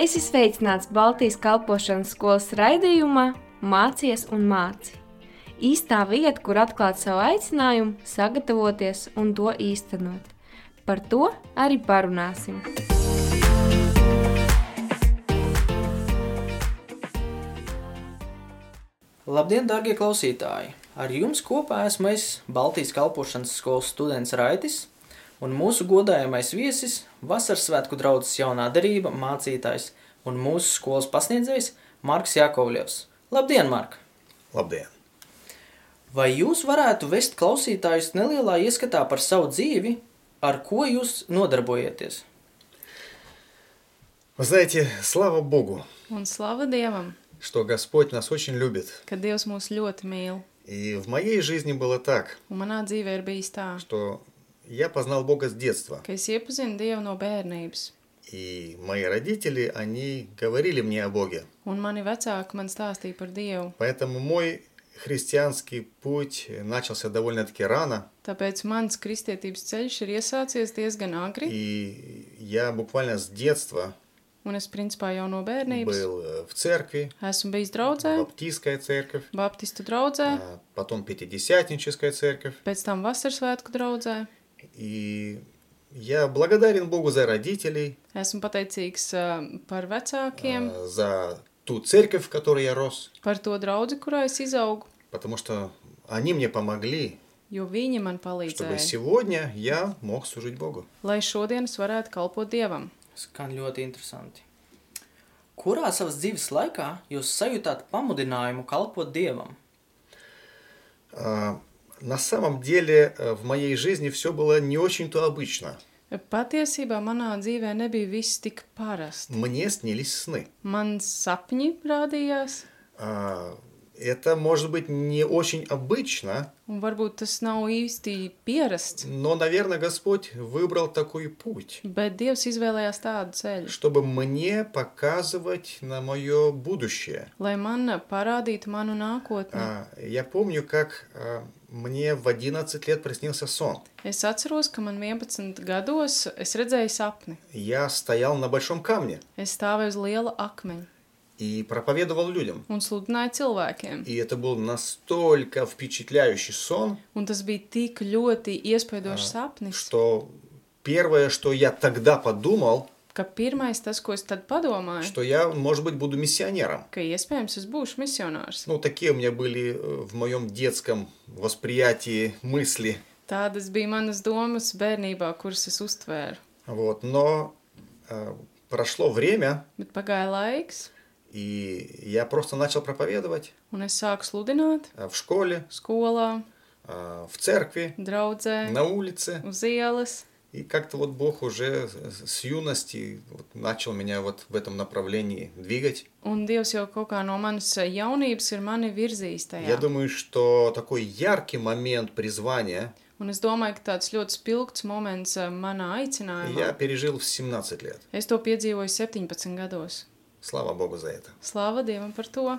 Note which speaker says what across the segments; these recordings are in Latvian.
Speaker 1: Es esmu sveicināts Baltijas kalpošanas skolas raidījumā Mācies un māci. Īstā vieta, kur atklāt savu aicinājumu, sagatavoties un to īstenot. Par to arī parunāsim.
Speaker 2: Labdien, darbie klausītāji! Ar jums kopā esmu es, Baltijas kalpošanas skolas students Raitis, un mūsu godājamais viesis, vasaras svētku draugs jaunā darība, mācītājs un mūsu skolas pasniedzējs Marks Jakovļevs. Labdien, Mark!
Speaker 3: Labdien!
Speaker 2: Vai jūs varētu vest klausītājus nelielā ieskatā par savu dzīvi, ar ko jūs nodarbojaties?
Speaker 3: Вы знаете, слава Богу,
Speaker 4: Un slava Dievam,
Speaker 3: что Господь нас очень любит.
Speaker 4: ka Dievs mūs ļoti mīl.
Speaker 3: И в моей жизни было так,
Speaker 4: Un manā dzīvē ir bijis tā,
Speaker 3: что я познал Бога с детства.
Speaker 4: ka es iepazinu Dievu no bērnības.
Speaker 3: И мои родители, они говорили мне о Боге.
Speaker 4: Un mani vecāki man stāstīja par Dievu.
Speaker 3: Поэтому мой христианский путь начался довольно-таки рано.
Speaker 4: Tāpēc mans kristietības ceļš ir iesācies diezgan agri.
Speaker 3: И я буквально с детства
Speaker 4: Un es principā jau no bērnības
Speaker 3: был э, в церкви,
Speaker 4: esmu bijis draudzē,
Speaker 3: баптистская церковь,
Speaker 4: baptistu draudzē,
Speaker 3: а потом пятидесятническая церковь.
Speaker 4: pēc tam vasarsvētku draudzē.
Speaker 3: И я благодарен Богу за родителей,
Speaker 4: Esmu pateicīgs ā, par vecākiem,
Speaker 3: э, за ту церковь, в которой я рос,
Speaker 4: par to draudzi, kurā es izaugu,
Speaker 3: потому что они мне помогли,
Speaker 4: jo viņi man
Speaker 3: чтобы
Speaker 4: palīdzēja,
Speaker 3: сегодня я мог служить Богу.
Speaker 4: lai šodien es varētu kalpot Dievam.
Speaker 2: Skan ļoti interesanti. Kurā savas dzīves laikā jūs sajūtāt pamudinājumu kalpot dievam?
Speaker 3: А, На самом деле э, в моей жизни все было не очень-то обычно.
Speaker 4: Patiesībā manā dzīvē nebija viss tik parasts.
Speaker 3: Мне снились сны.
Speaker 4: Man sapņi rādījās,
Speaker 3: А, Это может быть не очень обычно,
Speaker 4: un varbūt tas nav īsti pierasts,
Speaker 3: но, наверное, Господь выбрал такой путь,
Speaker 4: bet Dievs izvēlējās tādu ceļu,
Speaker 3: чтобы мне показывать на мое будущее.
Speaker 4: lai man parādītu manu nākotni.
Speaker 3: А, Я помню, как а, мне в 11 лет приснился сон.
Speaker 4: Es atceros, ka man 11 gados es redzēju sapni.
Speaker 3: Я стоял на большом камне
Speaker 4: Es stāvēju uz liela akmeņa
Speaker 3: и проповедовал людям.
Speaker 4: un sludināju cilvēkiem.
Speaker 3: И это был настолько впечатляющий сон,
Speaker 4: Un tas bija tik ļoti iespaidošs sapnis,
Speaker 3: что первое, что я тогда подумал,
Speaker 4: ka pirmais tas, ko es tad padomāju,
Speaker 3: что я, может быть, буду миссионером.
Speaker 4: ka iespējams es būšu misionārs.
Speaker 3: Ну, такие у меня были э, в моем детском восприятии мысли.
Speaker 4: Tādas bija manas domas bērnībā, kuras es uztvēru.
Speaker 3: Вот. Но э, прошло время,
Speaker 4: Bet pagāja laiks,
Speaker 3: и я просто начал проповедовать
Speaker 4: un es sāku sludināt
Speaker 3: э, в школе,
Speaker 4: skolā,
Speaker 3: э, в церкви,
Speaker 4: draudzē,
Speaker 3: на улице.
Speaker 4: uz ielas.
Speaker 3: И как-то вот Бог уже с с юности вот начал меня вот в этом направлении двигать.
Speaker 4: Un Dievs jau kaut kā no manas jaunības ir mani virzījis
Speaker 3: Я
Speaker 4: tajā.
Speaker 3: думаю, что такой яркий момент призвания
Speaker 4: Un es domāju, ka tāds ļoti spilgts moments eh, manā
Speaker 3: я
Speaker 4: aicinājumā.
Speaker 3: пережил в 17 лет.
Speaker 4: Es to piedzīvoju 17 gados.
Speaker 3: Слава Богу за это.
Speaker 4: Slāva Dievam par to.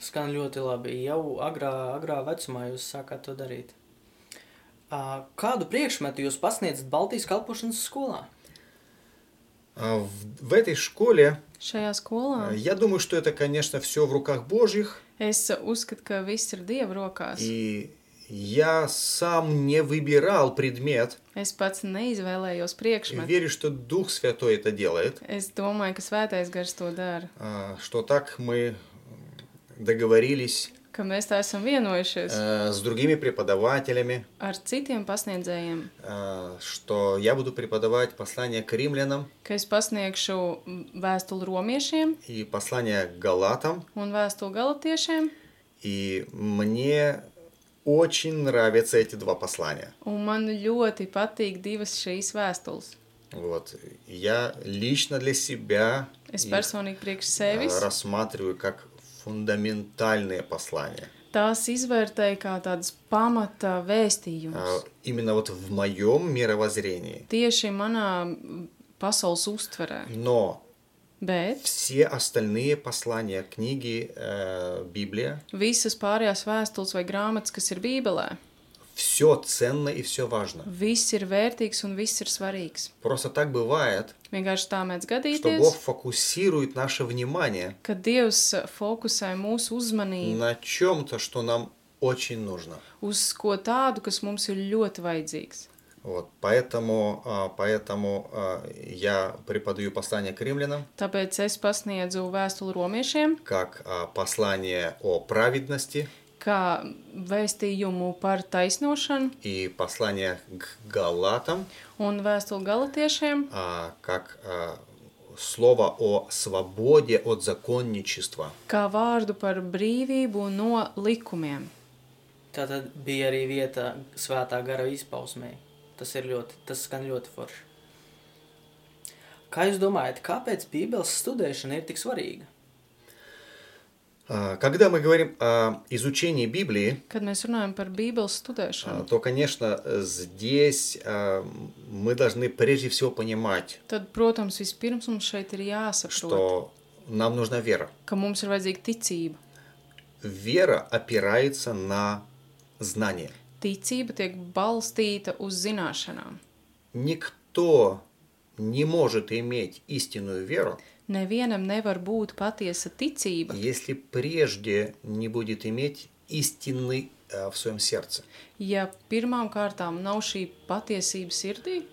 Speaker 2: Skan ļoti labi. Jau agrā, agrā vecumā jūs sākāt to darīt. Ā, Kādu priekšmetu jūs pasniedzat Baltijas kalpošanas skolā?
Speaker 3: А В, в этой школе,
Speaker 4: Šajā
Speaker 3: э,
Speaker 4: skolā
Speaker 3: я думаю, что это, конечно, все в руках Божьих.
Speaker 4: es eh, uzskatu, ka viss ir Dieva rokās.
Speaker 3: И я сам не выбирал предмет.
Speaker 4: Es pats neizvēlējos priekšmetu.
Speaker 3: Верю, что Дух Святой это делает.
Speaker 4: Es domāju, ka svētais gars to dara,
Speaker 3: а, Что так мы договорились
Speaker 4: ka mēs tā esam vienojušies
Speaker 3: э, с другими преподавателями,
Speaker 4: ar citiem pasniedzējiem,
Speaker 3: э, что я буду преподавать послание к римлянам
Speaker 4: ka es pasniegšu vēstuli romiešiem
Speaker 3: и послание к галатам.
Speaker 4: un vēstuli galotiešiem,
Speaker 3: И мне очень нравятся эти два послания.
Speaker 4: un man ļoti patīk divas šīs vēstules.
Speaker 3: Вот. Я лично для себя
Speaker 4: Es
Speaker 3: их,
Speaker 4: personīgi priekš
Speaker 3: э,
Speaker 4: sevis
Speaker 3: рассматриваю как фундаментальные послания.
Speaker 4: tās izvērtēju kā tādas pamata
Speaker 3: А,
Speaker 4: vēstījumus.
Speaker 3: Именно вот в моем мировоззрении.
Speaker 4: Tieši manā pasaules uztverē,
Speaker 3: Но
Speaker 4: bet
Speaker 3: все остальные послания, книги, э, Библия,
Speaker 4: visas pārējās vēstules vai grāmatas, kas ir Bībelē,
Speaker 3: все ценно и все важно.
Speaker 4: Viss ir vērtīgs un viss ir svarīgs.
Speaker 3: Просто так бывает,
Speaker 4: Vienkārši tā mēdz
Speaker 3: что Бог
Speaker 4: gadīties,
Speaker 3: фокусирует наше внимание
Speaker 4: ka Dievs fokusē mūsu uzmanību
Speaker 3: на чем-то, что нам очень нужно.
Speaker 4: uz ko tādu, kas mums ir ļoti vajadzīgs.
Speaker 3: Вот, поэтому, а, поэтому а, я преподаю послание к римлянам
Speaker 4: Tāpēc es pasniedzu vēstuli romiešiem,
Speaker 3: как а, послание о праведности
Speaker 4: kā vēstījumu par taisnošanu,
Speaker 3: и послание к галатам
Speaker 4: un vēstuli galotiešiem,
Speaker 3: а, как а, слово о свободе от законничества.
Speaker 4: kā vārdu par brīvību no likumiem.
Speaker 2: Tā tad bija arī vieta svētā gara izpausmē. Tas ir ļoti, tas skan ļoti forši. Kā jūs domājat, kāpēc Bībeles studēšana ir tik svarīga?
Speaker 3: А, Когда мы говорим о изучении Библии,
Speaker 4: Kad mēs runājam par Bībeles
Speaker 3: а,
Speaker 4: studēšanu,
Speaker 3: то, конечно, э, здесь а, мы должны прежде всего понимать,
Speaker 4: tad, protams, vispirms mums šeit ir jāsaprot,
Speaker 3: что нам нужна вера.
Speaker 4: ka mums ir vajadzīga ticība.
Speaker 3: Вера опирается на знание.
Speaker 4: Ticība tiek balstīta uz zināšanām.
Speaker 3: Никто не может иметь истинную веру,
Speaker 4: Nevienam nevar būt patiesa ticība,
Speaker 3: если прежде не будет иметь истины э, в своем сердце.
Speaker 4: ja pirmām kārtām nav šī patiesība sirdī.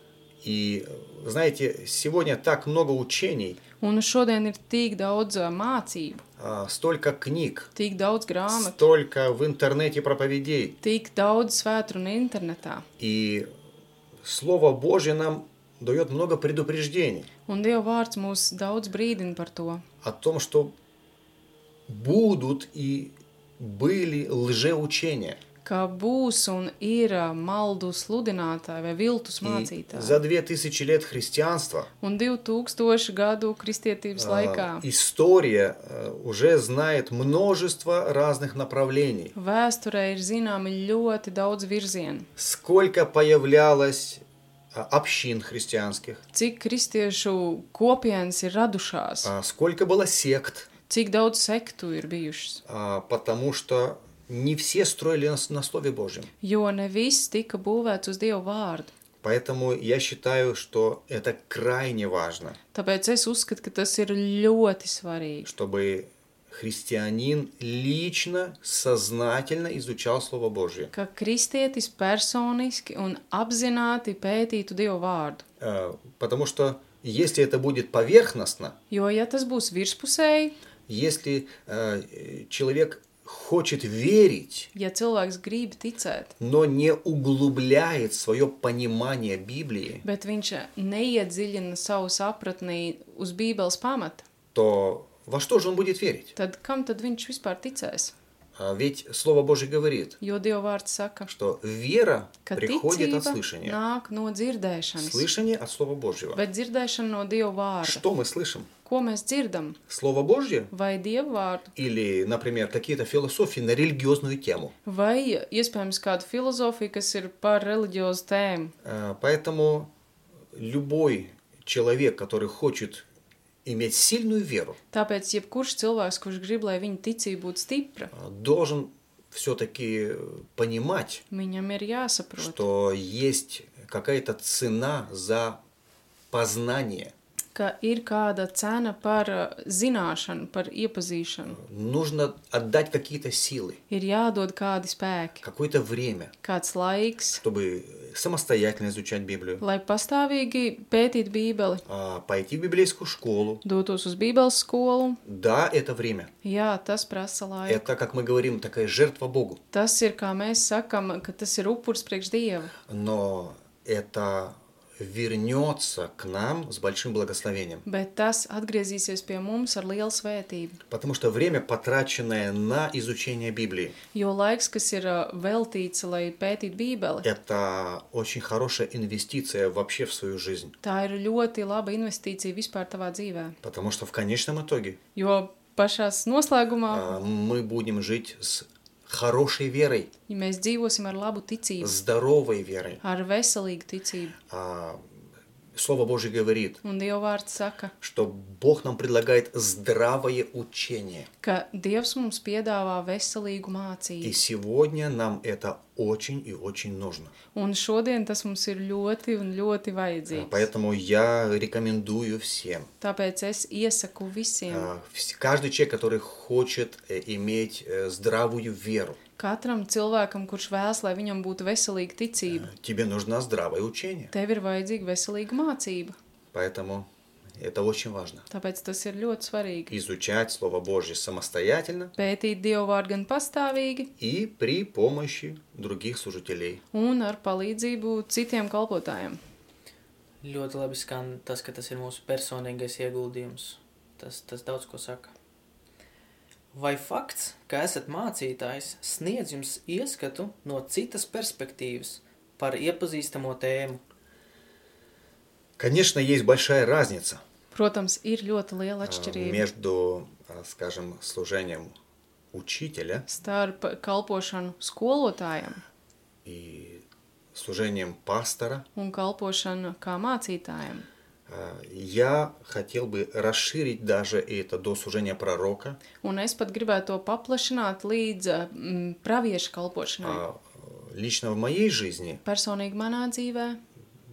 Speaker 3: И э, знаете, сегодня так много учений,
Speaker 4: Un šodien ir tik daudz ā, mācību,
Speaker 3: а, столько книг,
Speaker 4: tik daudz grāmatu,
Speaker 3: столько в интернете проповедей.
Speaker 4: tik daudz svētru un internetā.
Speaker 3: И Слово Божье нам дает много предупреждений
Speaker 4: Un Dieva vārds mūs daudz brīdina par to,
Speaker 3: о том, что будут и были лжеучения.
Speaker 4: ka būs un ir ā, maldu sludinātāji vai viltus
Speaker 3: И
Speaker 4: mācītāji.
Speaker 3: за две тысячи лет христианства
Speaker 4: Un 2000 gadu kristietības laikā
Speaker 3: а, история э, уже знает множество разных направлений.
Speaker 4: vēsturē ir zināmi ļoti daudz virzienu.
Speaker 3: Сколько появлялось а, общин христианских,
Speaker 4: Cik kristiešu kopienas ir radušās,
Speaker 3: а, сколько было сект,
Speaker 4: cik daudz sektu ir bijušas,
Speaker 3: а, потому что не все строили на, с- на Слове Божьем.
Speaker 4: jo ne viss tika būvēts uz Dieva vārdu.
Speaker 3: Поэтому я считаю, что это крайне важно,
Speaker 4: Tāpēc es uzskatu, ka tas ir ļoti svarīgi,
Speaker 3: чтобы христианин лично, сознательно изучал Слово Божье.
Speaker 4: ka kristietis personiski un apzināti pētītu Dieva vārdu.
Speaker 3: Э, Потому что если это будет поверхностно,
Speaker 4: Jo, ja tas būs virspusēji,
Speaker 3: если э, э, человек хочет верить,
Speaker 4: ja cilvēks grib ticēt,
Speaker 3: но не углубляет свое понимание Библии,
Speaker 4: bet viņš neiedziļina savu sapratni uz Bībeles pamata,
Speaker 3: то во что же он будет верить?
Speaker 4: tad kam tad viņš vispār ticēs?
Speaker 3: А Ведь Слово Божье говорит,
Speaker 4: Jo Dieva vārds saka,
Speaker 3: что вера
Speaker 4: ka
Speaker 3: приходит от
Speaker 4: ticība
Speaker 3: слышания.
Speaker 4: nāk no dzirdēšanas,
Speaker 3: Слышание от Слова Божьего.
Speaker 4: bet dzirdēšana no Dieva vārda.
Speaker 3: Что мы слышим?
Speaker 4: Ko mēs dzirdam?
Speaker 3: Слово Божье?
Speaker 4: Vai Dieva vārdu,
Speaker 3: Или, например, какие-то философии на религиозную тему.
Speaker 4: vai iespējams kādu filozofiju, kas ir par reliģiozu tēmu.
Speaker 3: Э, Поэтому любой человек, который хочет иметь сильную веру,
Speaker 4: Tāpēc jebkurš cilvēks, kurš grib, lai viņa ticība būtu stipra,
Speaker 3: э, должен все-таки понимать,
Speaker 4: viņam ir jāsaprot,
Speaker 3: что есть какая-то цена за познание.
Speaker 4: ka ir kāda cena par uh, zināšanu, par iepazīšanu.
Speaker 3: Нужно отдать какие-то силы,
Speaker 4: Ir jādod kādi spēki,
Speaker 3: какое-то время,
Speaker 4: kāds laiks,
Speaker 3: чтобы самостоятельно изучать Библию,
Speaker 4: lai pastāvīgi pētītu Bībeli,
Speaker 3: а, пойти в библейскую школу.
Speaker 4: dotos uz Bībeles skolu.
Speaker 3: Да, это время.
Speaker 4: Jā, tas prasa laiku.
Speaker 3: Это, как мы говорим, такая жертва Богу.
Speaker 4: Tas ir, kā mēs sakām, ka tas ir upurs priekš Dieva.
Speaker 3: Но это вернется к нам с большим благословением.
Speaker 4: Bet tas atgriezīsies pie mums ar lielu svētību.
Speaker 3: Потому что время, потраченное на изучение Библии,
Speaker 4: Jo laiks, kas ir ā, veltīts, lai pētītu Bībeli,
Speaker 3: это очень хорошая инвестиция вообще в свою жизнь.
Speaker 4: tā ir ļoti laba investīcija vispār tavā dzīvē.
Speaker 3: Потому что в конечном итоге
Speaker 4: Jo pašā noslēgumā
Speaker 3: а, мы будем жить с хорошей верой,
Speaker 4: ja mēs dzīvosim ar labu ticību,
Speaker 3: здоровой верой.
Speaker 4: ar veselīgu ticību.
Speaker 3: А, Слово Божье говорит,
Speaker 4: Un Dieva vārds saka,
Speaker 3: что Бог нам предлагает здравое учение.
Speaker 4: ka Dievs mums piedāvā veselīgu
Speaker 3: И
Speaker 4: mācību.
Speaker 3: сегодня нам это очень и очень нужно.
Speaker 4: Un šodien tas mums ir ļoti un ļoti vajadzīgs.
Speaker 3: Э, Поэтому я рекомендую всем.
Speaker 4: Tāpēc es iesaku visiem,
Speaker 3: а, вс- Каждый человек, который хочет э, иметь э, здравую веру,
Speaker 4: katram cilvēkam, kurš vēlas, lai viņam būtu veselīga ticība,
Speaker 3: э, тебе нужно здравое учение.
Speaker 4: tev ir vajadzīga veselīga mācība.
Speaker 3: Поэтому это очень важно.
Speaker 4: Tāpēc tas ir ļoti svarīgi.
Speaker 3: Изучать Слово Божье самостоятельно
Speaker 4: Pētīt Dieva vārdu gan pastāvīgi,
Speaker 3: и при помощи других служителей.
Speaker 4: un ar palīdzību citiem kalpotājiem.
Speaker 2: Ļoti labi skan tas, ka tas ir mūsu personīgais ieguldījums. Tas, tas daudz ko saka. Vai fakts, ka esat mācītājs, sniedz jums ieskatu no citas perspektīvas par iepazīstamo tēmu?
Speaker 3: Конечно, есть большая разница
Speaker 4: Protams, ir ļoti liela
Speaker 3: э,
Speaker 4: atšķirība
Speaker 3: между, э, скажем, служением учителя
Speaker 4: starp kalpošanu skolotājiem
Speaker 3: и служением пастора.
Speaker 4: un kalpošanu kā mācītājiem.
Speaker 3: Э, Я хотел бы расширить даже и это до служения пророка.
Speaker 4: Un es pat gribētu to paplašināt līdz ā, mm, praviešu kalpošanai.
Speaker 3: А, э, Лично в моей жизни
Speaker 4: Personīgi manā dzīvē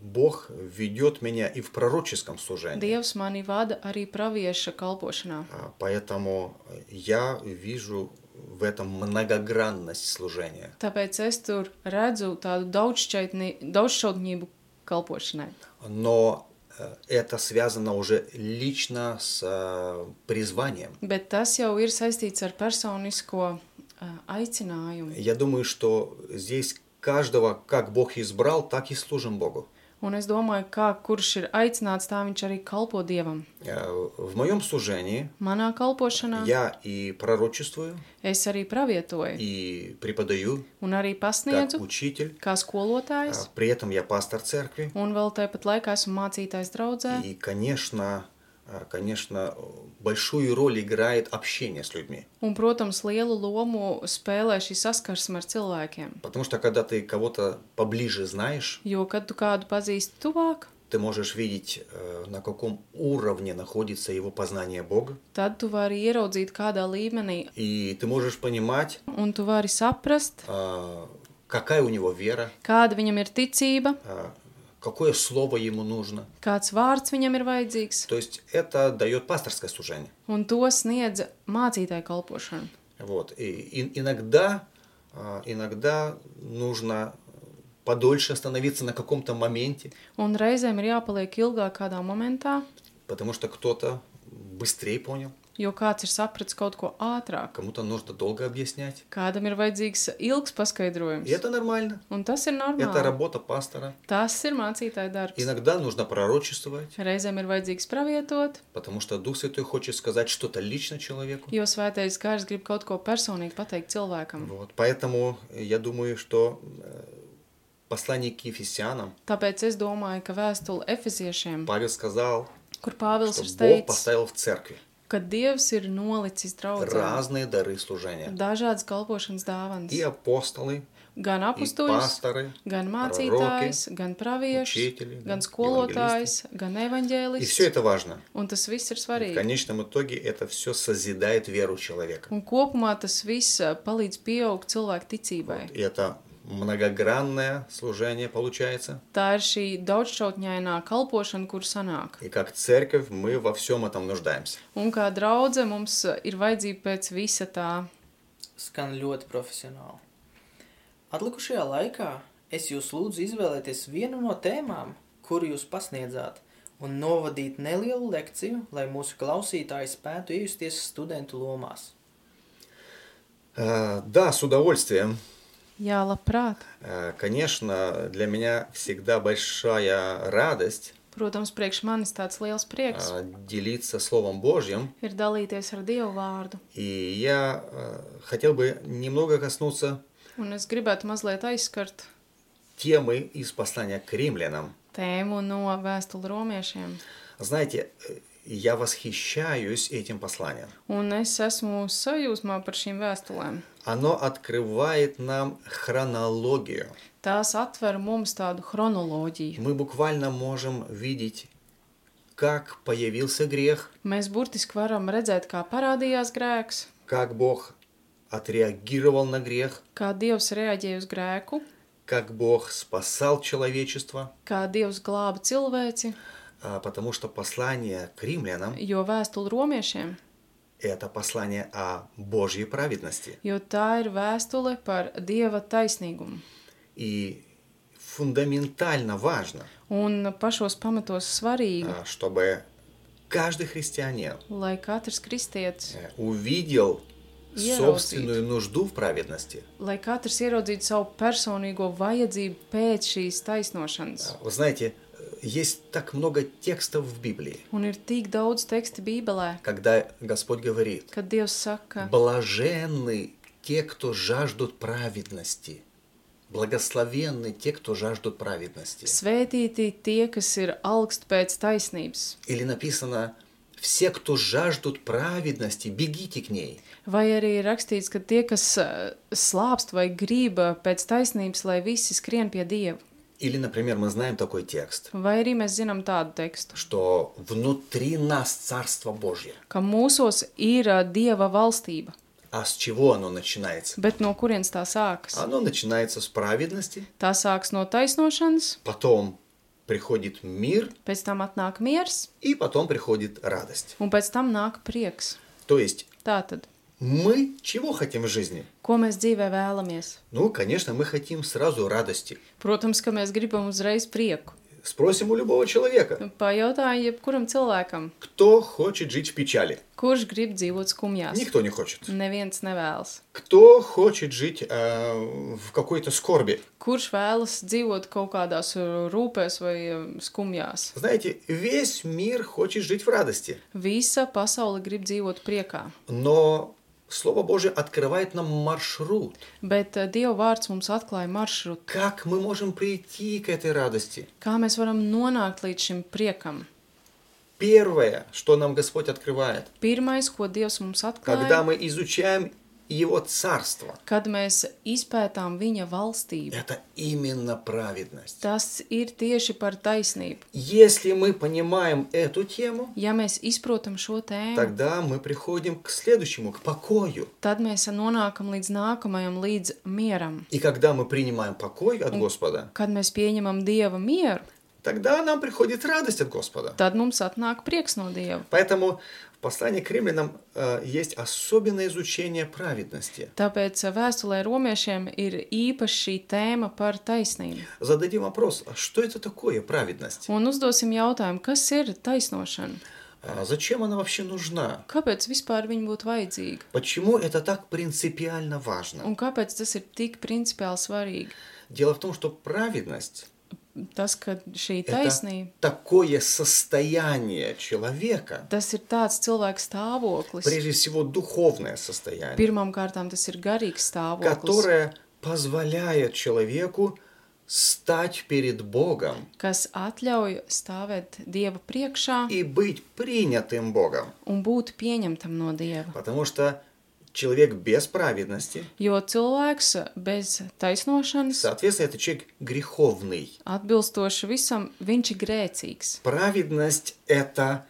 Speaker 3: Бог ведет меня и в пророческом служении.
Speaker 4: Dievs mani vada arī pravieša kalpošanā.
Speaker 3: А, Поэтому я вижу в этом многогранность служения.
Speaker 4: Tāpēc es tur redzu tādu daudzšķaitni- daudzšķautņību kalpošanai.
Speaker 3: Но э, это связано уже лично с э, призванием.
Speaker 4: Bet tas jau ir saistīts ar personisko ā, aicinājumu.
Speaker 3: Я думаю, что здесь каждого, как Бог избрал, так и служим Богу.
Speaker 4: Un es domāju, kā kurš ir aicināts, tā viņš arī kalpo dievam.
Speaker 3: Э, В моем служении
Speaker 4: Manā kalpošanā Jā.
Speaker 3: я и пророчествую,
Speaker 4: es arī pravietoju,
Speaker 3: и преподаю,
Speaker 4: un arī
Speaker 3: как
Speaker 4: pasniedzu
Speaker 3: учитель.
Speaker 4: kā
Speaker 3: Э,
Speaker 4: skolotājs,
Speaker 3: При этом я пастор церкви.
Speaker 4: un vēl tāpat laikā esmu mācītājs draudzē.
Speaker 3: И, конечно, э, конечно, большую роль играет общение с людьми.
Speaker 4: Un, protams, lielu lomu spēlē šī saskarsme ar cilvēkiem.
Speaker 3: Потому что когда ты кого-то поближе знаешь,
Speaker 4: Jo, kad tu kādu pazīsti tuvāk,
Speaker 3: ты можешь видеть, э, на каком уровне находится его познание Бога,
Speaker 4: tad tu vari ieraudzīt kādā līmenī,
Speaker 3: и ты можешь понимать,
Speaker 4: un tu vari saprast,
Speaker 3: э, какая у него вера,
Speaker 4: kāda viņam ir ticība,
Speaker 3: э, какое слово ему нужно.
Speaker 4: kāds vārds viņam ir vajadzīgs,
Speaker 3: То есть это дает пасторское служение.
Speaker 4: un to sniedz mācītāja kalpošana.
Speaker 3: Вот. И, и- иногда, э, иногда нужно подольше остановиться на каком-то моменте,
Speaker 4: Un reizēm ir jāpaliek ilgāk kādā momentā,
Speaker 3: потому что кто-то быстрее понял,
Speaker 4: jo kāds ir sapratis kaut ko ātrāk.
Speaker 3: кому-то нужно долго объяснять.
Speaker 4: Kādam ir vajadzīgs ilgs
Speaker 3: И
Speaker 4: paskaidrojums.
Speaker 3: это нормально.
Speaker 4: Un tas ir
Speaker 3: Это
Speaker 4: normāli.
Speaker 3: работа пастора.
Speaker 4: Tas ir mācītāja darbs.
Speaker 3: Иногда нужно пророчествовать,
Speaker 4: Reizēm ir vajadzīgs pravietot,
Speaker 3: потому что Дух Святой хочет сказать что-то лично человеку.
Speaker 4: jo svētais gars grib kaut ko personīgi pateikt cilvēkam.
Speaker 3: Вот. Поэтому я думаю, что э, послание к Ефесянам
Speaker 4: Tāpēc es domāju, ka vēstule Efeziešiem,
Speaker 3: Павел сказал,
Speaker 4: kur Pāvils
Speaker 3: что
Speaker 4: ir
Speaker 3: Бог
Speaker 4: teicis,
Speaker 3: поставил в церкви
Speaker 4: ka Dievs ir nolicis draudzē
Speaker 3: разные дары служения.
Speaker 4: dažādas kalpošanas
Speaker 3: И
Speaker 4: dāvanas.
Speaker 3: апостолы,
Speaker 4: Gan
Speaker 3: и
Speaker 4: apustuļus,
Speaker 3: пасторы,
Speaker 4: gan mācītājs, gan pravietis,
Speaker 3: учители, да,
Speaker 4: gan skolotājs, gan
Speaker 3: И все
Speaker 4: evaņģēlists.
Speaker 3: это важно.
Speaker 4: Un tas viss ir
Speaker 3: В
Speaker 4: svarīgi.
Speaker 3: конечном итоге это все созидает веру человека.
Speaker 4: Un kopumā tas viss ā, palīdz pieaugt cilvēku ticībai.
Speaker 3: И это многогранное служение получается.
Speaker 4: Tā ir šī daudzšķautņainā kalpošana, kur sanāk.
Speaker 3: И как церковь мы во всем этом нуждаемся.
Speaker 4: Un kā draudzē mums ā, ir vajadzība pēc visa tā.
Speaker 2: Skan ļoti profesionāli. Atlikušajā laikā es jūs lūdzu izvēlēties vienu no tēmām, kuru jūs pasniedzāt, un novadīt nelielu lekciju, lai mūsu klausītāji spētu iejusties studentu lomās.
Speaker 3: Э, Да, с удовольствием.
Speaker 4: Jā, labprāt.
Speaker 3: Э, Конечно, для меня всегда большая радость
Speaker 4: Protams, priekš manis tāds liels prieks
Speaker 3: э, делиться Словом Божьим.
Speaker 4: ir dalīties ar Dievu vārdu.
Speaker 3: И я э, хотел бы немного коснуться
Speaker 4: Un es gribētu mazliet aizskart
Speaker 3: темы из послания к римлянам.
Speaker 4: tēmu no vēstuli romiešiem.
Speaker 3: Знаете, э, я восхищаюсь этим посланием.
Speaker 4: Un es esmu sajūsmā par šīm vēstulēm.
Speaker 3: Оно открывает нам хронологию.
Speaker 4: Tās atver mums tādu chronoloģiju.
Speaker 3: Мы буквально можем видеть, как появился грех,
Speaker 4: Mēs burtiski varam redzēt, kā parādījās grēks,
Speaker 3: как Бог отреагировал на грех,
Speaker 4: kā Dievs reaģēja uz grēku,
Speaker 3: как Бог спасал человечество,
Speaker 4: kā Dievs glāba cilvēci,
Speaker 3: а, потому что послание к римлянам –
Speaker 4: jo vēstule romiešiem,
Speaker 3: это послание о Божьей праведности.
Speaker 4: jo tā ir vēstule par Dieva taisnīgumu.
Speaker 3: И фундаментально важно,
Speaker 4: Un pašos pamatos svarīgi,
Speaker 3: а, чтобы каждый христианин
Speaker 4: lai katrs kristietis,
Speaker 3: э, увидел
Speaker 4: Я
Speaker 3: собственную нужду в праведности.
Speaker 4: lai katrs ieraudzītu savu personīgo vajadzību pēc šīs taisnošanas.
Speaker 3: Вы знаете, э, есть так много текстов в Библии,
Speaker 4: Un ir tik daudz tekstu Bībelē,
Speaker 3: когда Господь говорит,
Speaker 4: kad Dievs saka,
Speaker 3: блаженны те, кто жаждут праведности. Благословенны те, кто жаждут праведности.
Speaker 4: Svētīti tie, kas ir augst pēc taisnības,
Speaker 3: Или написано, все, кто жаждут праведности, бегите к ней.
Speaker 4: vai arī ir rakstīts, ka tie, kas eh, slāpst vai grib pēc taisnības, lai visi skrien pie Dieva.
Speaker 3: Или, например, мы знаем такой текст,
Speaker 4: Vai arī mēs zinām tādu tekstu,
Speaker 3: что внутри нас Царство Божье.
Speaker 4: ka mūsos ir eh, Dieva valstība,
Speaker 3: А с чего оно начинается?
Speaker 4: bet no kurienes tā sākas?
Speaker 3: Оно начинается с праведности,
Speaker 4: Tā sākas no taisnošanas,
Speaker 3: потом приходит мир,
Speaker 4: pēc tam atnāk miers,
Speaker 3: и потом приходит радость.
Speaker 4: un pēc tam nāk prieks.
Speaker 3: То есть
Speaker 4: Tātad,
Speaker 3: мы чего хотим в жизни?
Speaker 4: ko mēs dzīvē vēlamies?
Speaker 3: Ну, конечно, мы хотим сразу радости.
Speaker 4: Protams, ka mēs gribam uzreiz prieku.
Speaker 3: Спросим у любого человека,
Speaker 4: Pajautāju jebkuram cilvēkam,
Speaker 3: кто хочет жить в печали?
Speaker 4: kurš grib dzīvot skumjās.
Speaker 3: Никто не хочет.
Speaker 4: Neviens nevēlas.
Speaker 3: Кто хочет жить э, в какой-то скорби?
Speaker 4: Kurš vēlas dzīvot kaut kādās uh, rūpēs vai um, skumjās?
Speaker 3: Знаете, весь мир хочет жить в радости,
Speaker 4: Visa pasaule grib dzīvot priekā,
Speaker 3: но Слово Божье открывает нам маршрут,
Speaker 4: bet uh, Dieva vārds mums atklāja maršrutu.
Speaker 3: как мы можем прийти к этой радости.
Speaker 4: Kā mēs varam nonākt līdz šim priekam?
Speaker 3: Первое, что нам Господь открывает,
Speaker 4: Pirmais, ko Dievs mums
Speaker 3: когда
Speaker 4: atklāja,
Speaker 3: мы изучаем Его Царство,
Speaker 4: kad mēs izpētām Viņa valstību,
Speaker 3: это именно праведность.
Speaker 4: tas ir tieši par taisnību.
Speaker 3: Если мы понимаем эту тему,
Speaker 4: Ja mēs izprotam šo tēmu,
Speaker 3: тогда мы приходим к следующему, к покою.
Speaker 4: tad mēs nonākam līdz nākamajam, līdz mieram.
Speaker 3: И когда мы принимаем покой от Господа,
Speaker 4: Kad mēs pieņemam Dieva mieru,
Speaker 3: тогда нам приходит радость от Господа.
Speaker 4: tad mums atnāk prieks no Dieva.
Speaker 3: Поэтому в послании к римлянам э, есть особенное изучение праведности.
Speaker 4: Tāpēc eh, vēstulē romiešiem ir īpaši šī tēma par taisnību.
Speaker 3: Зададим вопрос, а что это такое праведность?
Speaker 4: Un uzdosim jautājumu, kas ir taisnošana?
Speaker 3: А зачем она вообще нужна?
Speaker 4: Kāpēc vispār viņa būtu vajadzīga?
Speaker 3: Почему это так принципиально важно?
Speaker 4: Un kāpēc tas ir tik principiāli svarīgi?
Speaker 3: Дело в том, что праведность
Speaker 4: Tas, ka šī
Speaker 3: – это
Speaker 4: taisnība,
Speaker 3: такое состояние человека,
Speaker 4: tas ir tāds cilvēks stāvoklis.
Speaker 3: прежде всего духовное состояние,
Speaker 4: Pirmkārt, tas ir garīgs stāvoklis,
Speaker 3: которое позволяет человеку стать перед Богом
Speaker 4: kas ļauj stāvēt Dieva priekšā
Speaker 3: и быть принятым Богом.
Speaker 4: un būt pieņemtam no Dieva.
Speaker 3: Потому что человек без праведности,
Speaker 4: Jo cilvēks bez taisnošanas
Speaker 3: соответственно, это человек греховный.
Speaker 4: Atbilstoši visam, viņš ir grēcīgs.
Speaker 3: Праведность – это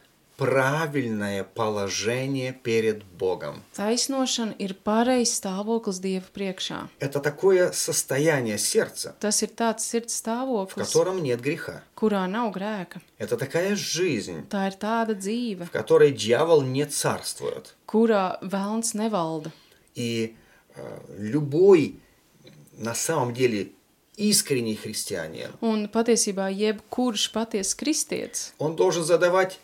Speaker 3: правильное положение перед Богом.
Speaker 4: Taisnošana ir pareizs stāvoklis Dieva priekšā.
Speaker 3: Это такое состояние сердца,
Speaker 4: Tas ir tāds sirds
Speaker 3: в
Speaker 4: stāvoklis,
Speaker 3: котором нет греха.
Speaker 4: kurā nav grēka.
Speaker 3: Это такая жизнь,
Speaker 4: Tā ir tāda dzīve,
Speaker 3: в которой дьявол не царствует.
Speaker 4: kurā vēlns nevalda.
Speaker 3: И э, любой, на самом деле, искренний христианин,
Speaker 4: Un patiesībā jebkurš patiesa kristietis,
Speaker 3: он должен задавать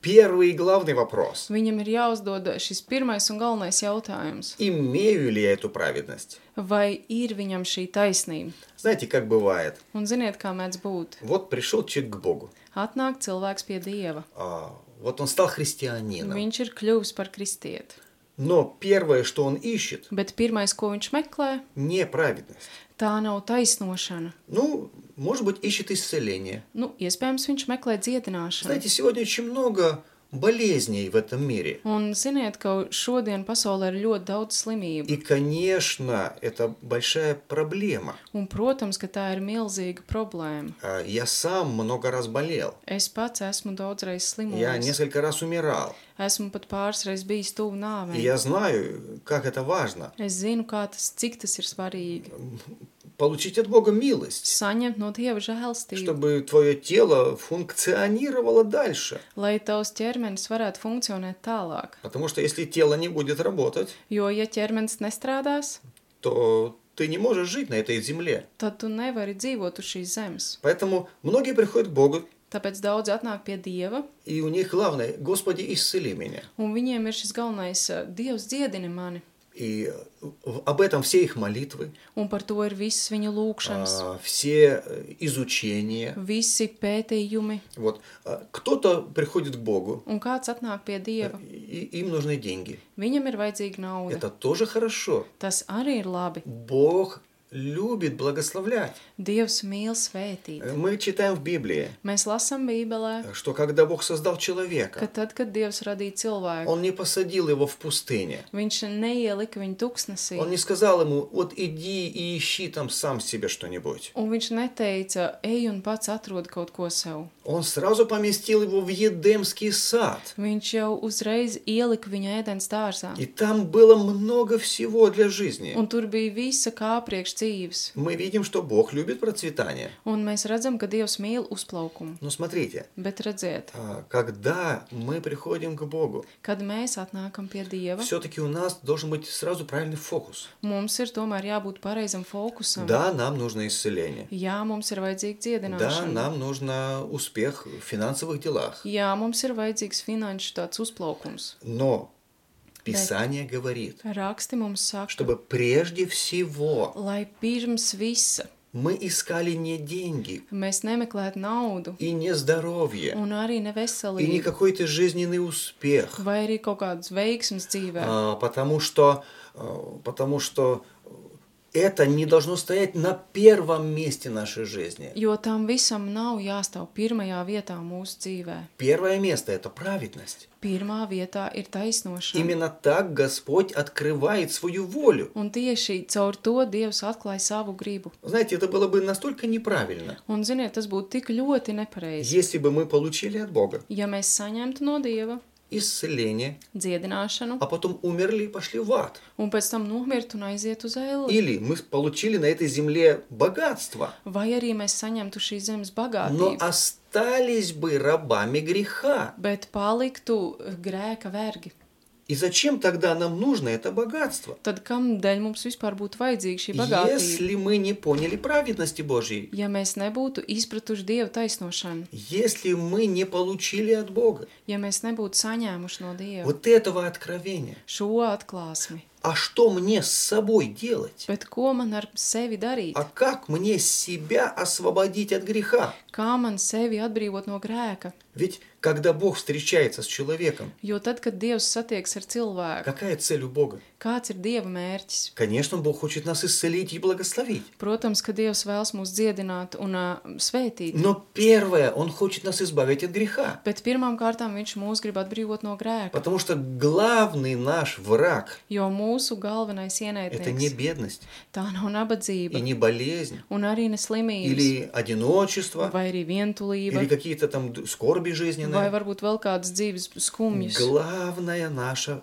Speaker 3: первый и главный вопрос.
Speaker 4: viņam ir jāuzdod šis pirmais un galvenais jautājums,
Speaker 3: имею ли я эту праведность?
Speaker 4: vai ir viņam šī taisnība.
Speaker 3: Знаете, как бывает?
Speaker 4: Un ziniet, kā mēdz būt?
Speaker 3: Вот пришел человек к Богу.
Speaker 4: Atnāk cilvēks pie Dieva.
Speaker 3: а, вот он стал христианином.
Speaker 4: Viņš ir kļuvis par kristieti.
Speaker 3: Но первое, что он ищет,
Speaker 4: Bet pirmais, ko viņš meklē,
Speaker 3: не праведность.
Speaker 4: tā nav taisnošana.
Speaker 3: Ну, может быть, ищет исцеление.
Speaker 4: Nu, iespējams, viņš meklē dziedināšanu.
Speaker 3: Знаете, сегодня очень много болезней в этом мире.
Speaker 4: Un ziniet, ka šodien pasaulē ir ļoti daudz slimību.
Speaker 3: И, конечно, это большая проблема.
Speaker 4: Un, protams, ka tā ir milzīga problēma.
Speaker 3: А, Я сам много раз болел.
Speaker 4: Es pats esmu daudzreiz
Speaker 3: Я
Speaker 4: slimojis.
Speaker 3: несколько раз умирал.
Speaker 4: Esmu pat pāris reizes bijis tuvu
Speaker 3: И
Speaker 4: nāvei.
Speaker 3: я знаю, как это важно.
Speaker 4: Es zinu, kā tas, cik tas ir svarīgi.
Speaker 3: Получить от Бога милость,
Speaker 4: Saņemt no Dieva žēlstību,
Speaker 3: чтобы твое тело функционировало дальше.
Speaker 4: lai tavs ķermenis varētu funkcionēt tālāk.
Speaker 3: Потому что если тело не будет работать,
Speaker 4: Jo, ja ķermenis nestrādās,
Speaker 3: то ты не можешь жить на этой земле.
Speaker 4: tad tu nevari dzīvot uz šīs zemes.
Speaker 3: Поэтому многие приходят к Богу,
Speaker 4: Tāpēc daudz atnāk pie Dieva,
Speaker 3: и у них главное, Господи, исцели меня.
Speaker 4: un viņiem ir šis galvenais eh, Dievs dziedini mani,
Speaker 3: И э, в- об этом все их молитвы,
Speaker 4: un par to ir visas viņa lūkšanas,
Speaker 3: а, все э, изучения.
Speaker 4: visi pētījumi,
Speaker 3: Вот. А, Кто-то приходит к Богу,
Speaker 4: un kāds atnāk pie Dieva.
Speaker 3: Э, и им нужны деньги.
Speaker 4: Viņam ir vajadzīga nauda.
Speaker 3: Это тоже хорошо.
Speaker 4: Tas arī ir labi.
Speaker 3: Бог любит благословлять.
Speaker 4: Dievs mīl svētīt.
Speaker 3: Э, Мы читаем в Библии,
Speaker 4: Mēs lasām Bībelē,
Speaker 3: э, что когда Бог создал
Speaker 4: ka
Speaker 3: человека,
Speaker 4: tad, kad Dievs radīja cilvēku,
Speaker 3: Он не посадил его в пустыне.
Speaker 4: viņš neielika viņu tuksnesī.
Speaker 3: Он не сказал ему, вот иди и ищи там сам себе что-нибудь.
Speaker 4: Un viņš neteica, ej un pats atrod kaut ko sev.
Speaker 3: Он сразу поместил его в Едемский сад.
Speaker 4: Viņš jau uzreiz ielika viņu ēdienas dārzā.
Speaker 3: И там было много всего для жизни.
Speaker 4: Un tur bija visa kā priekš dzīves.
Speaker 3: Мы видим, что Бог любит процветание.
Speaker 4: Un mēs redzam, ka Dievs mīl uzplaukumu.
Speaker 3: Но смотрите,
Speaker 4: Bet redziet,
Speaker 3: а, когда мы приходим к Богу,
Speaker 4: kad mēs atnākam pie Dieva,
Speaker 3: все-таки у нас должен быть сразу правильный фокус.
Speaker 4: mums ir tomēr jābūt pareizam fokusam.
Speaker 3: Да, нам нужно исцеление.
Speaker 4: Jā, mums ir vajadzīga
Speaker 3: Да,
Speaker 4: dziedināšana.
Speaker 3: нам нужно успех в финансовых делах.
Speaker 4: Jā, mums ir vajadzīgs finanšu tāds uzplaukums.
Speaker 3: Но Писание говорит,
Speaker 4: Raksti mums saka,
Speaker 3: чтобы прежде всего
Speaker 4: lai pirms visa
Speaker 3: мы искали не деньги
Speaker 4: mēs nemeklētu naudu
Speaker 3: и не здоровье,
Speaker 4: un arī
Speaker 3: и не
Speaker 4: neveselību,
Speaker 3: какой-то жизненный успех.
Speaker 4: vai arī kaut kādas veiksmas dzīvē,
Speaker 3: А, Потому что, а, потому что это не должно стоять на первом месте нашей жизни.
Speaker 4: jo tam visam nav jāstāv pirmajā vietā mūsu dzīvē.
Speaker 3: Первое место – это праведность.
Speaker 4: Pirmā vietā ir taisnošana.
Speaker 3: Именно так Господь открывает свою волю.
Speaker 4: Un tieši caur to Dievs atklāja savu gribu.
Speaker 3: Знаете, это было бы настолько неправильно,
Speaker 4: Un, ziniet, tas būtu tik ļoti nepareizi.
Speaker 3: если бы мы получили от Бога
Speaker 4: Ja mēs saņemtu no Dieva
Speaker 3: исцеление,
Speaker 4: dziedināšanu,
Speaker 3: а потом умерли и пошли в ад.
Speaker 4: un pēc tam nomirtu un aizietu uz eļļu,
Speaker 3: Или мы получили на этой земле богатство,
Speaker 4: vai arī mēs saņemtu šīs zemes
Speaker 3: но
Speaker 4: bagātību,
Speaker 3: остались бы рабами греха.
Speaker 4: bet paliktu eh, grēka vergi,
Speaker 3: И зачем тогда нам нужно это богатство?
Speaker 4: tad kam dēļ mums vispār būtu vajadzīga šī bagātība?
Speaker 3: Если мы не поняли праведности Божьей,
Speaker 4: Ja mēs nebūtu izpratuši Dieva taisnošanu,
Speaker 3: если мы не получили от Бога
Speaker 4: ja mēs nebūtu saņēmuši no Dieva
Speaker 3: вот этого откровения,
Speaker 4: šo atklāsmi,
Speaker 3: а что мне с собой делать?
Speaker 4: bet ko man ar sevi darīt?
Speaker 3: А как мне себя освободить от греха?
Speaker 4: Kā man sevi atbrīvot no grēka?
Speaker 3: Ведь когда Бог встречается с человеком,
Speaker 4: Jo tad, kad Dievs satiekas ar cilvēku,
Speaker 3: какая цель у Бога?
Speaker 4: kāds ir Dieva mērķis?
Speaker 3: Конечно, Бог хочет нас исцелить и благословить.
Speaker 4: Protams, ka Dievs vēlas mūs dziedināt un uh, svētīt,
Speaker 3: Но первое, Он хочет нас избавить от греха.
Speaker 4: bet pirmām kārtām Viņš mūs grib atbrīvot no grēka.
Speaker 3: Потому что главный наш враг
Speaker 4: Jo mūsu galvenais
Speaker 3: – это не
Speaker 4: ienaidnieks
Speaker 3: бедность
Speaker 4: tā nav
Speaker 3: и
Speaker 4: nabadzība,
Speaker 3: не болезнь,
Speaker 4: un arī ne slimības,
Speaker 3: или одиночество,
Speaker 4: vai arī vientulība,
Speaker 3: или какие-то там д- скорби
Speaker 4: vai
Speaker 3: жизненные.
Speaker 4: varbūt vēl kādas dzīves skumjas.
Speaker 3: Главная наша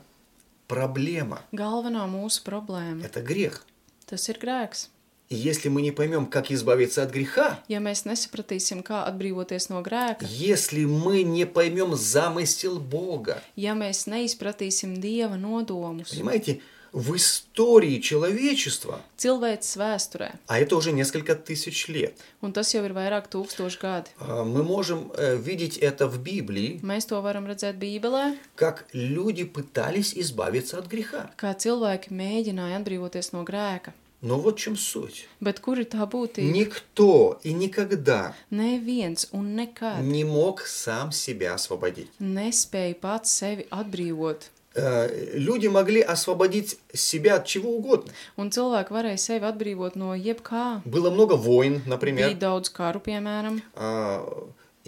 Speaker 3: проблема
Speaker 4: Galvenā mūsu
Speaker 3: –
Speaker 4: problēma
Speaker 3: это грех.
Speaker 4: tas ir grēks.
Speaker 3: И если мы не поймем, как избавиться от греха,
Speaker 4: Ja mēs nesapratīsim, kā atbrīvoties no grēka,
Speaker 3: если мы не поймем замысел Бога,
Speaker 4: ja mēs neizpratīsim Dieva nodomus
Speaker 3: понимаете, в истории человечества,
Speaker 4: cilvēces vēsturē,
Speaker 3: а это уже несколько тысяч лет,
Speaker 4: un tas jau ir vairāk tūkstoši gadi,
Speaker 3: а, мы можем э, видеть это в Библии,
Speaker 4: mēs to varam redzēt Bībelē.
Speaker 3: как люди пытались избавиться от греха.
Speaker 4: kā cilvēki mēģināja atbrīvoties no grēka.
Speaker 3: Но вот в чем суть.
Speaker 4: Bet kur ir tā būtība?
Speaker 3: Никто и никогда
Speaker 4: Neviens un nekad
Speaker 3: не мог сам себя освободить.
Speaker 4: nespēja pats sevi atbrīvot.
Speaker 3: Э, Люди могли освободить себя от чего угодно.
Speaker 4: Un cilvēki varēja sevi atbrīvot no jebkā.
Speaker 3: Было много войн,
Speaker 4: Bija
Speaker 3: например.
Speaker 4: daudz karu, piemēram,
Speaker 3: А,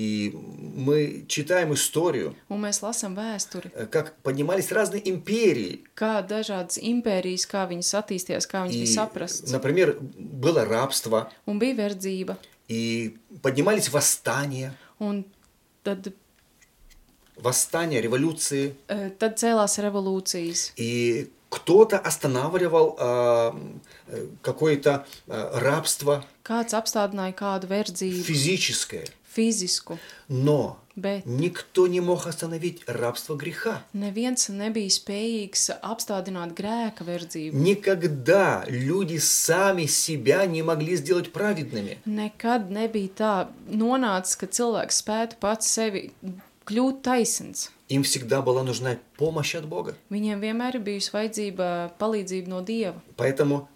Speaker 3: И мы читаем историю,
Speaker 4: Un mēs lasām vēsturi,
Speaker 3: э, как поднимались разные империи.
Speaker 4: kā dažādas impērijas, kā viņas attīstījās, kā viņas
Speaker 3: И,
Speaker 4: bija saprastas.
Speaker 3: например, было рабство,
Speaker 4: Un bija verdzība.
Speaker 3: и поднимались восстания,
Speaker 4: Un tad,
Speaker 3: восстания, революции.
Speaker 4: eh, tad cēlās revolūcijas.
Speaker 3: И кто-то останавливал а, э, какое-то а, рабство
Speaker 4: Kāds apstādināja kādu verdzību,
Speaker 3: физическое,
Speaker 4: fizisku,
Speaker 3: но
Speaker 4: bet
Speaker 3: никто не мог остановить рабство греха.
Speaker 4: neviens nebija spējīgs apstādināt grēka verdzību.
Speaker 3: Никогда люди сами себя не могли сделать праведными.
Speaker 4: Nekad nebija tā nonācis, ka cilvēks spētu pats sevi kļūt taisns.
Speaker 3: Им всегда была нужна помощь от Бога.
Speaker 4: Viņiem vienmēr ir bijusi vajadzība palīdzība no Dieva.
Speaker 3: Поэтому,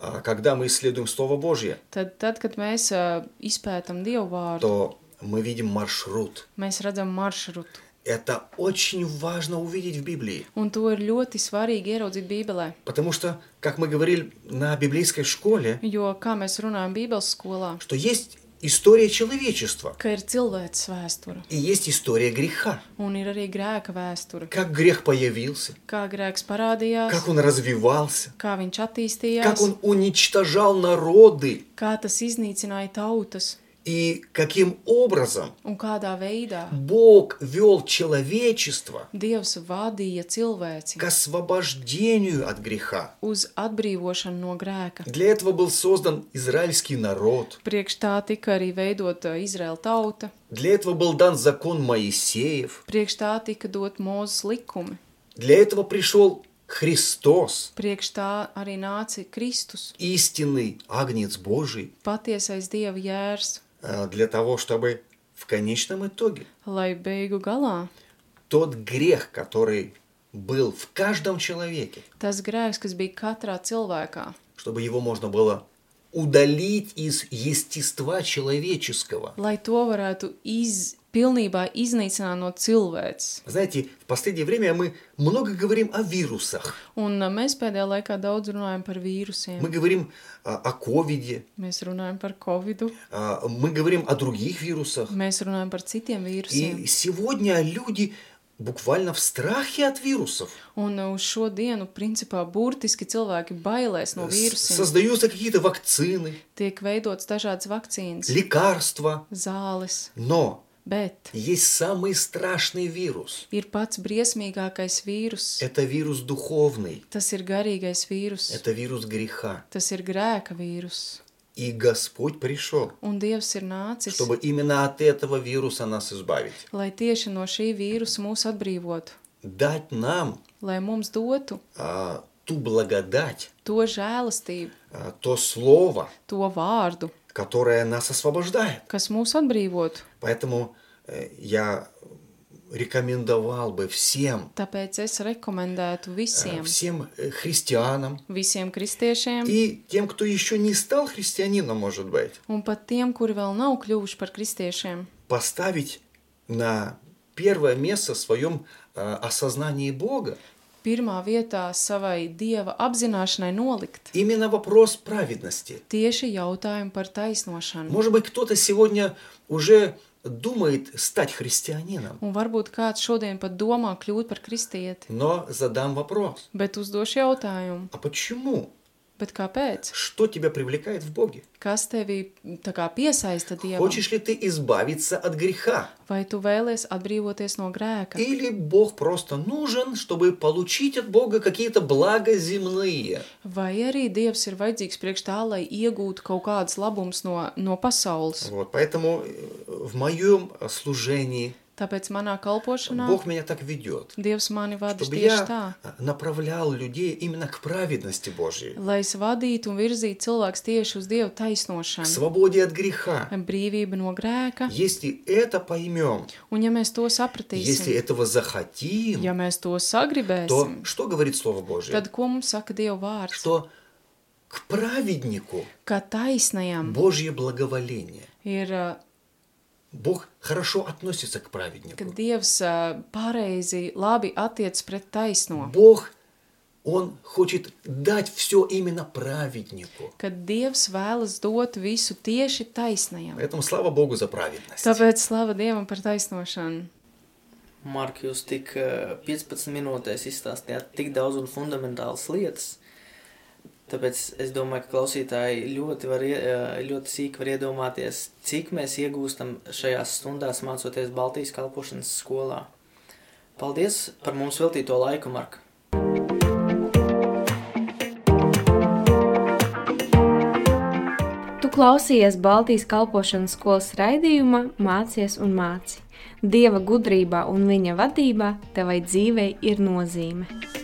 Speaker 3: а, когда мы исследуем Слово Божье,
Speaker 4: Tad, tad kad mēs ā, izpētam Dievu vārdu,
Speaker 3: то мы видим маршрут.
Speaker 4: mēs redzam maršrutu.
Speaker 3: Это очень важно увидеть в Библии.
Speaker 4: Un to ir ļoti svarīgi ieraudzīt Bībelē.
Speaker 3: Потому что, как мы говорили на библейской школе,
Speaker 4: Jo, kā mēs runājam Bībeles skolā,
Speaker 3: что есть история человечества
Speaker 4: ka ir cilvēks vēsture
Speaker 3: и есть история греха.
Speaker 4: un ir arī grēka vēsture.
Speaker 3: Как грех появился,
Speaker 4: Kā grēks parādījās,
Speaker 3: как он развивался,
Speaker 4: kā viņš
Speaker 3: как
Speaker 4: attīstījās,
Speaker 3: он уничтожал народы
Speaker 4: kā tas iznīcināja tautas
Speaker 3: и каким образом
Speaker 4: un kādā veidā
Speaker 3: Бог вел человечество
Speaker 4: Dievs vadīja cilvēci
Speaker 3: к освобождению от греха.
Speaker 4: uz atbrīvošanu no grēka.
Speaker 3: Для этого был создан израильский народ.
Speaker 4: Priekš tā tika arī veidota Izraēla tauta,
Speaker 3: Для этого был дан закон Моисеев.
Speaker 4: priekš tā tika dot mūzes likumi,
Speaker 3: Для этого пришел Христос,
Speaker 4: priekš tā arī nāca Kristus,
Speaker 3: истинный Агнец Божий,
Speaker 4: patiesais Dieva jērs,
Speaker 3: э, для того, чтобы в конечном итоге
Speaker 4: lai beigu galā
Speaker 3: тот грех, который был в каждом человеке,
Speaker 4: tas grēks, kas bija katrā cilvēkā,
Speaker 3: чтобы его можно было удалить из естества человеческого.
Speaker 4: lai to varētu iz, pilnībā iznīcināt no cilvēks.
Speaker 3: Знаете, в последнее время мы много говорим о вирусах.
Speaker 4: Un ā, mēs pēdējā laikā daudz runājam par
Speaker 3: Мы
Speaker 4: vīrusiem.
Speaker 3: говорим а, о ковиде,
Speaker 4: Mēs runājam par covidu,
Speaker 3: а, мы говорим о других вирусах.
Speaker 4: mēs runājam par citiem vīrusiem.
Speaker 3: И сегодня люди буквально в страхе от вирусов.
Speaker 4: Un ā, uz šo dienu, principā, burtiski cilvēki bailēs no
Speaker 3: С-
Speaker 4: vīrusiem.
Speaker 3: Создаются какие-то вакцины,
Speaker 4: Tiek veidots dažādas vakcīnas,
Speaker 3: лекарства.
Speaker 4: zāles,
Speaker 3: Но
Speaker 4: bet
Speaker 3: есть самый страшный вирус.
Speaker 4: ir pats briesmīgākais vīrus.
Speaker 3: Это вирус духовный.
Speaker 4: Tas ir garīgais vīrus,
Speaker 3: Это вирус греха.
Speaker 4: tas ir grēka vīrus.
Speaker 3: И Господь пришел,
Speaker 4: Un Dievs ir nācis,
Speaker 3: чтобы именно от этого вируса нас избавить.
Speaker 4: lai tieši no šī vīrusa mūs atbrīvotu,
Speaker 3: Дать нам
Speaker 4: lai mums dotu
Speaker 3: а, ту благодать,
Speaker 4: to žēlastību,
Speaker 3: а, то слово,
Speaker 4: to vārdu,
Speaker 3: которое нас освобождает.
Speaker 4: kas mūs atbrīvotu.
Speaker 3: Поэтому э, я рекомендовал бы всем,
Speaker 4: Tāpēc es rekomendētu
Speaker 3: э,
Speaker 4: visiem,
Speaker 3: всем э, христианам
Speaker 4: visiem kristiešiem,
Speaker 3: и тем, кто еще не стал христианином, может быть,
Speaker 4: un pat tiem, kuri vēl nav kļuvuši par kristiešiem,
Speaker 3: поставить на первое место в своем э, осознании Бога
Speaker 4: pirmā vietā savai dieva apzināšanai nolikt.
Speaker 3: именно вопрос праведности.
Speaker 4: Tieši jautājumu par taisnošanu.
Speaker 3: Может быть, кто-то сегодня уже думает стать христианином,
Speaker 4: Un varbūt kāds šodien pat domā kļūt par kristieti,
Speaker 3: но задам вопрос.
Speaker 4: bet uzdošu jautājumu,
Speaker 3: А почему?
Speaker 4: bet kāpēc?
Speaker 3: Что тебя привлекает в Боге?
Speaker 4: Kas tevi tā kā piesaista dievam?
Speaker 3: Хочешь ли ты избавиться от греха?
Speaker 4: Vai tu vēlies atbrīvoties no grēka?
Speaker 3: Или Бог просто нужен, чтобы получить от Бога какие-то блага земные?
Speaker 4: Vai arī dievs ir vajadzīgs priekš tā, lai iegūtu kaut kādas labumus no, no pasaules?
Speaker 3: Вот, поэтому э, в моем служении
Speaker 4: Tāpēc manā kalpošanā
Speaker 3: Бог меня так ведет.
Speaker 4: dievs mani vada
Speaker 3: чтобы
Speaker 4: tieši tā,
Speaker 3: я э, направлял людей именно к праведности Божьей,
Speaker 4: lai es vadītu un virzītu cilvēks tieši uz dievu
Speaker 3: к
Speaker 4: taisnošanu,
Speaker 3: свободе от греха.
Speaker 4: brīvību no grēka.
Speaker 3: Если это поймем,
Speaker 4: Un ja mēs to
Speaker 3: если
Speaker 4: sapratīsim,
Speaker 3: этого захотим,
Speaker 4: ja mēs to
Speaker 3: то
Speaker 4: sagribēsim,
Speaker 3: что говорит Слово Божье?
Speaker 4: tad ko mums saka Dieva vārds?
Speaker 3: Что к праведнику
Speaker 4: Ka taisnajam
Speaker 3: Божье благоволение.
Speaker 4: ir uh,
Speaker 3: Бог хорошо относится к
Speaker 4: ka eh,
Speaker 3: праведнику.
Speaker 4: Dievs ā, pareizi, labi attiecas pret taisno.
Speaker 3: Бог Он хочет дать все именно праведнику.
Speaker 4: ka Dievs vēlas dot visu tieši taisnajam.
Speaker 3: Поэтому слава Богу за праведность.
Speaker 4: Tāpēc slava Dievam par taisnošanu.
Speaker 2: Mark, jūs tik eh, 15 minūtēs izstāstījāt tik daudz un fundamentālas lietas. Tāpēc es domāju, ka klausītāji ļoti, var, ie- eh, ļoti sīk var iedomāties, cik mēs iegūstam šajās stundās mācoties Baltijas kalpošanas skolā. Paldies par mums veltīto laiku, Mark!
Speaker 1: Tu klausies Baltijas kalpošanas skolas raidījumā, mācies un māci. Dieva gudrībā un viņa vadībā tevai dzīvei ir nozīme.